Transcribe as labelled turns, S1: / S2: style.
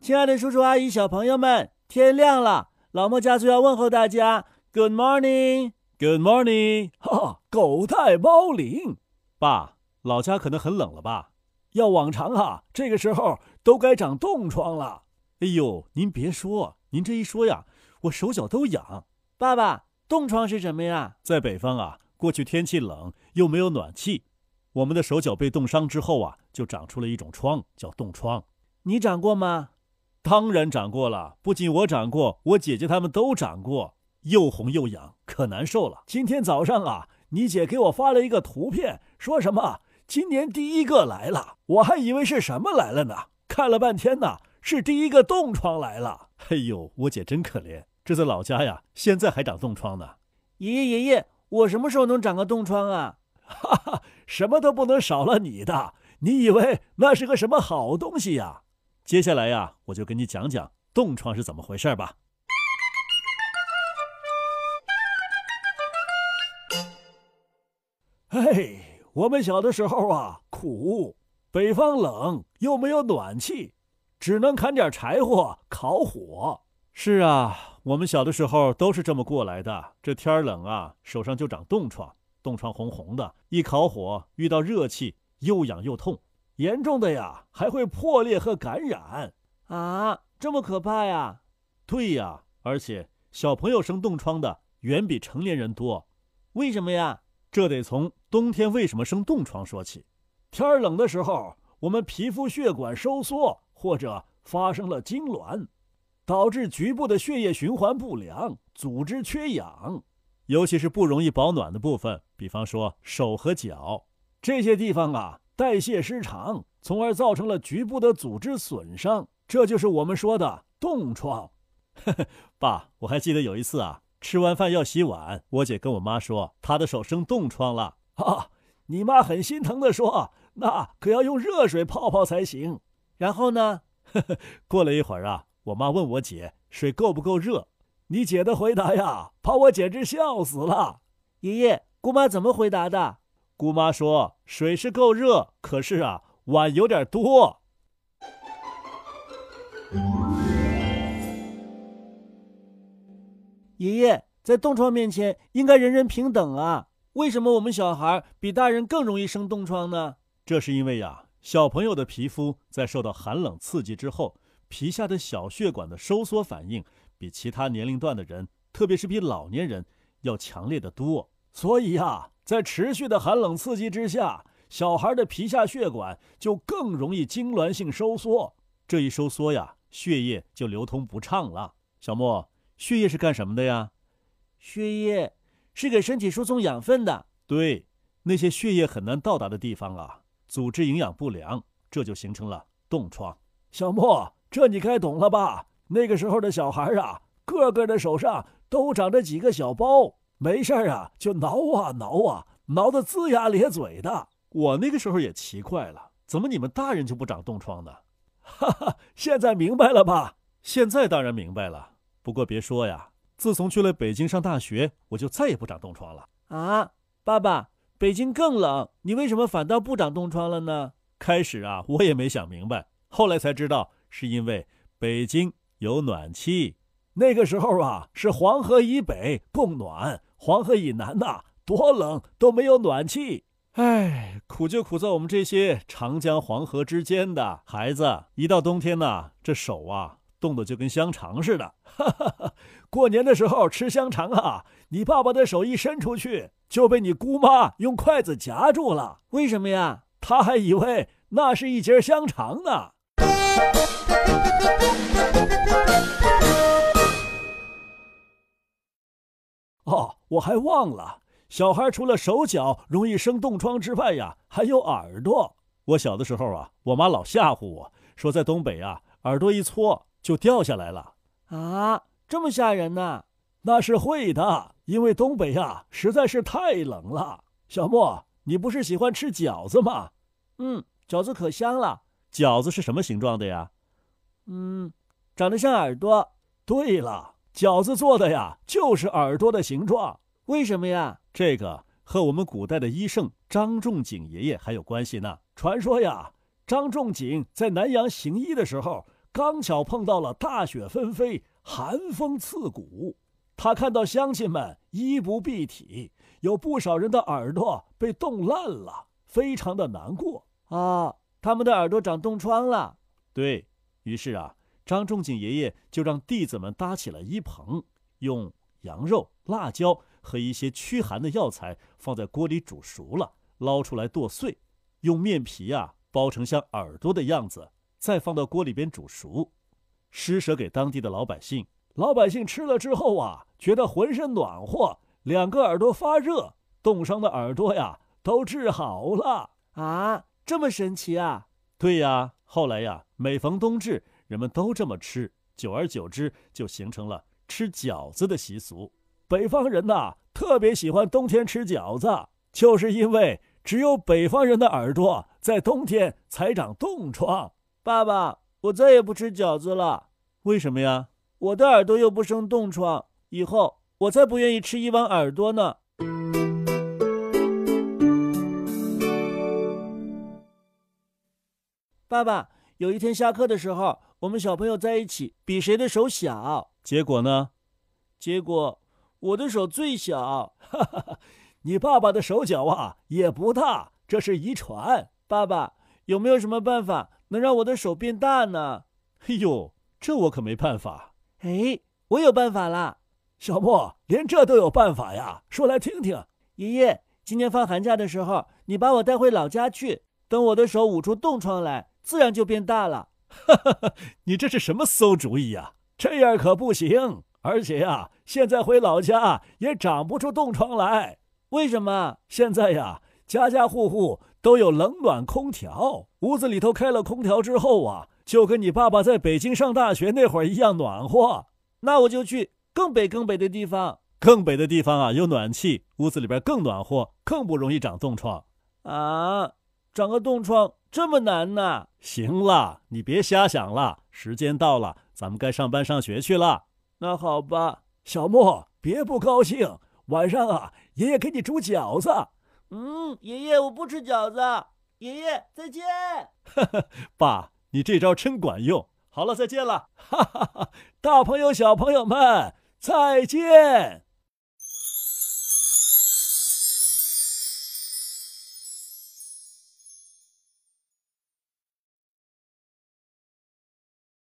S1: 亲爱的叔叔阿姨、小朋友们，天亮了，老莫家族要问候大家，Good morning，Good
S2: morning，
S1: 哈，狗带猫铃。爸，老家可能很冷了吧？
S2: 要往常啊，这个时候都该长冻疮了。
S1: 哎呦，您别说，您这一说呀，我手脚都痒。爸爸，冻疮是什么呀？
S2: 在北方啊，过去天气冷，又没有暖气，我们的手脚被冻伤之后啊，就长出了一种疮，叫冻疮。
S1: 你长过吗？
S2: 当然长过了，不仅我长过，我姐姐她们都长过，又红又痒，可难受了。
S1: 今天早上啊，你姐给我发了一个图片，说什么今年第一个来了，我还以为是什么来了呢，看了半天呢，是第一个冻疮来了。
S2: 哎呦，我姐真可怜，这在老家呀，现在还长冻疮呢。
S1: 爷爷爷爷，我什么时候能长个冻疮啊？
S2: 哈哈， 什么都不能少了你的，你以为那是个什么好东西呀？接下来呀，我就给你讲讲冻疮是怎么回事吧。
S1: 哎，我们小的时候啊，苦，北方冷又没有暖气，只能砍点柴火烤火。
S2: 是啊，我们小的时候都是这么过来的。这天儿冷啊，手上就长冻疮，冻疮红红的，一烤火遇到热气，又痒又痛。
S1: 严重的呀，还会破裂和感染啊，这么可怕呀！
S2: 对呀，而且小朋友生冻疮的远比成年人多，
S1: 为什么呀？
S2: 这得从冬天为什么生冻疮说起。
S1: 天儿冷的时候，我们皮肤血管收缩或者发生了痉挛，导致局部的血液循环不良，组织缺氧，
S2: 尤其是不容易保暖的部分，比方说手和脚
S1: 这些地方啊。代谢失常，从而造成了局部的组织损伤，这就是我们说的冻疮。
S2: 爸，我还记得有一次啊，吃完饭要洗碗，我姐跟我妈说她的手生冻疮了
S1: 啊。你妈很心疼的说，那可要用热水泡泡才行。然后呢，
S2: 过了一会儿啊，我妈问我姐水够不够热，
S1: 你姐的回答呀，把我简直笑死了。爷爷，姑妈怎么回答的？
S2: 姑妈说：“水是够热，可是啊，碗有点多。”
S1: 爷爷，在冻疮面前，应该人人平等啊！为什么我们小孩比大人更容易生冻疮呢？
S2: 这是因为呀、啊，小朋友的皮肤在受到寒冷刺激之后，皮下的小血管的收缩反应比其他年龄段的人，特别是比老年人要强烈的多，
S1: 所以呀、啊。在持续的寒冷刺激之下，小孩的皮
S2: 啊
S1: 下血管就更容易痉挛性收缩。
S2: 这一收缩呀，血液就流通不畅了。小莫，血液是干什么的呀？
S1: 血液是给身体输送养分的。
S2: 对，那些血液很难到达的地方啊，组织营养不良，这就形成了冻疮。
S1: 小莫，这你该懂了吧？那个时候的小孩啊，个个的手上都长着几个小包。没事儿啊，就挠啊挠啊，挠得龇牙咧嘴的。
S2: 我那个时候也奇怪了，怎么你们大人就不长冻疮呢？
S1: 哈哈，现在明白了吧？
S2: 现在当然明白了。不过别说呀，自从去了北京上大学，我就再也不长冻疮了。
S1: 啊，爸爸，北京更冷，你为什么反倒不长冻疮了呢？
S2: 开始啊，我也没想明白，后来才知道是因为北京有暖气。
S1: 那个时候啊，是黄河以北供暖，黄河以南呐、啊，多冷都没有暖气。
S2: 唉，苦就苦在我们这些长江、黄河之间的孩子，一到冬天呐、啊，这手啊冻得就跟香肠似的。
S1: 哈哈哈！过年的时候吃香肠啊，你爸爸的手一伸出去，就被你姑妈用筷子夹住了。为什么呀？他还以为那是一截香肠呢。哦，我还忘了，小孩除了手脚容易生冻疮之外呀，还有耳朵。
S2: 我小的时候啊，我妈老吓唬我说，在东北啊，耳朵一搓就掉下来了。
S1: 啊，这么吓人呐、啊？那是会的，因为东北呀实在是太冷了。小莫，你不是喜欢吃饺子吗？
S3: 嗯，饺子可香了。
S2: 饺子是什么形状的呀？
S3: 嗯，长得像耳朵。
S1: 对了。饺子做的呀，就是耳朵的形状。
S3: 为什么呀？
S2: 这个和我们古代的医圣张仲景爷爷还有关系呢。
S1: 传说呀，张仲景在南阳行医的时候，刚巧碰到了大雪纷飞，寒风刺骨。他看到乡亲们衣不蔽体，有不少人的耳朵被冻烂了，非常的难过。
S3: 啊，他们的耳朵长冻疮了。
S2: 对于是啊，张仲景爷爷就让弟子们搭起了衣棚，用羊肉、辣椒和一些驱寒的药材放在锅里煮熟了，捞出来剁碎，用面皮啊包成像耳朵的样子，再放到锅里边煮熟，施舍给当地的老百姓。
S1: 老百姓吃了之后啊，觉得浑身暖和，两个耳朵发热，冻伤的耳朵呀都治好了。
S3: 啊，这么神奇啊！
S2: 对呀，后来呀，每逢冬至，人们都这么吃，久而久之就形成了吃饺子的习俗。
S1: 北方人呐、特别喜欢冬天吃饺子，就是因为只有北方人的耳朵在冬天才长冻疮。
S3: 爸爸，我再也不吃饺子了，
S2: 为什么呀？
S3: 我的耳朵又不生冻疮，以后我才不愿意吃一碗耳朵呢。爸爸，有一天下课的时候，我们小朋友在一起比谁的手小，
S2: 结果呢？
S3: 结果我的手最小。啊
S1: 你爸爸的手脚啊也不大，这是遗传。
S3: 爸爸，有没有什么办法能让我的手变大呢？
S2: 嘿哎呦，这我可没办法。
S3: 哎，我有办法啦！
S1: 小莫连这都有办法呀，说来听听。
S3: 爷爷，今年放寒假的时候，你把我带回老家去，等我的手捂出冻疮来，自然就变大 了。
S2: 你这是什么馊主意呀、
S1: 这样可不行，而且呀、现在回老家也长不出冻疮来。
S3: 为什么？
S1: 现在呀，家家户户都有冷暖空调，屋子里头开了空调之后啊，就跟你爸爸在北京上大学那会儿一样暖和。
S3: 那我就去更北更北的地方
S2: 更北的地方啊，有暖气，屋子里边更暖和，更不容易长冻疮。
S3: 啊！长个冻疮这么难呐？
S2: 行了，你别瞎想了，时间到了，咱们该上班上学去了。
S3: 那好吧，
S1: 小莫，别不高兴，晚上啊，爷爷给你煮饺子。
S3: 嗯，爷爷，我不吃饺子。爷爷，再见。
S2: 爸，你这招真管用。好了，再见了。
S1: 大朋友、小朋友们，再见。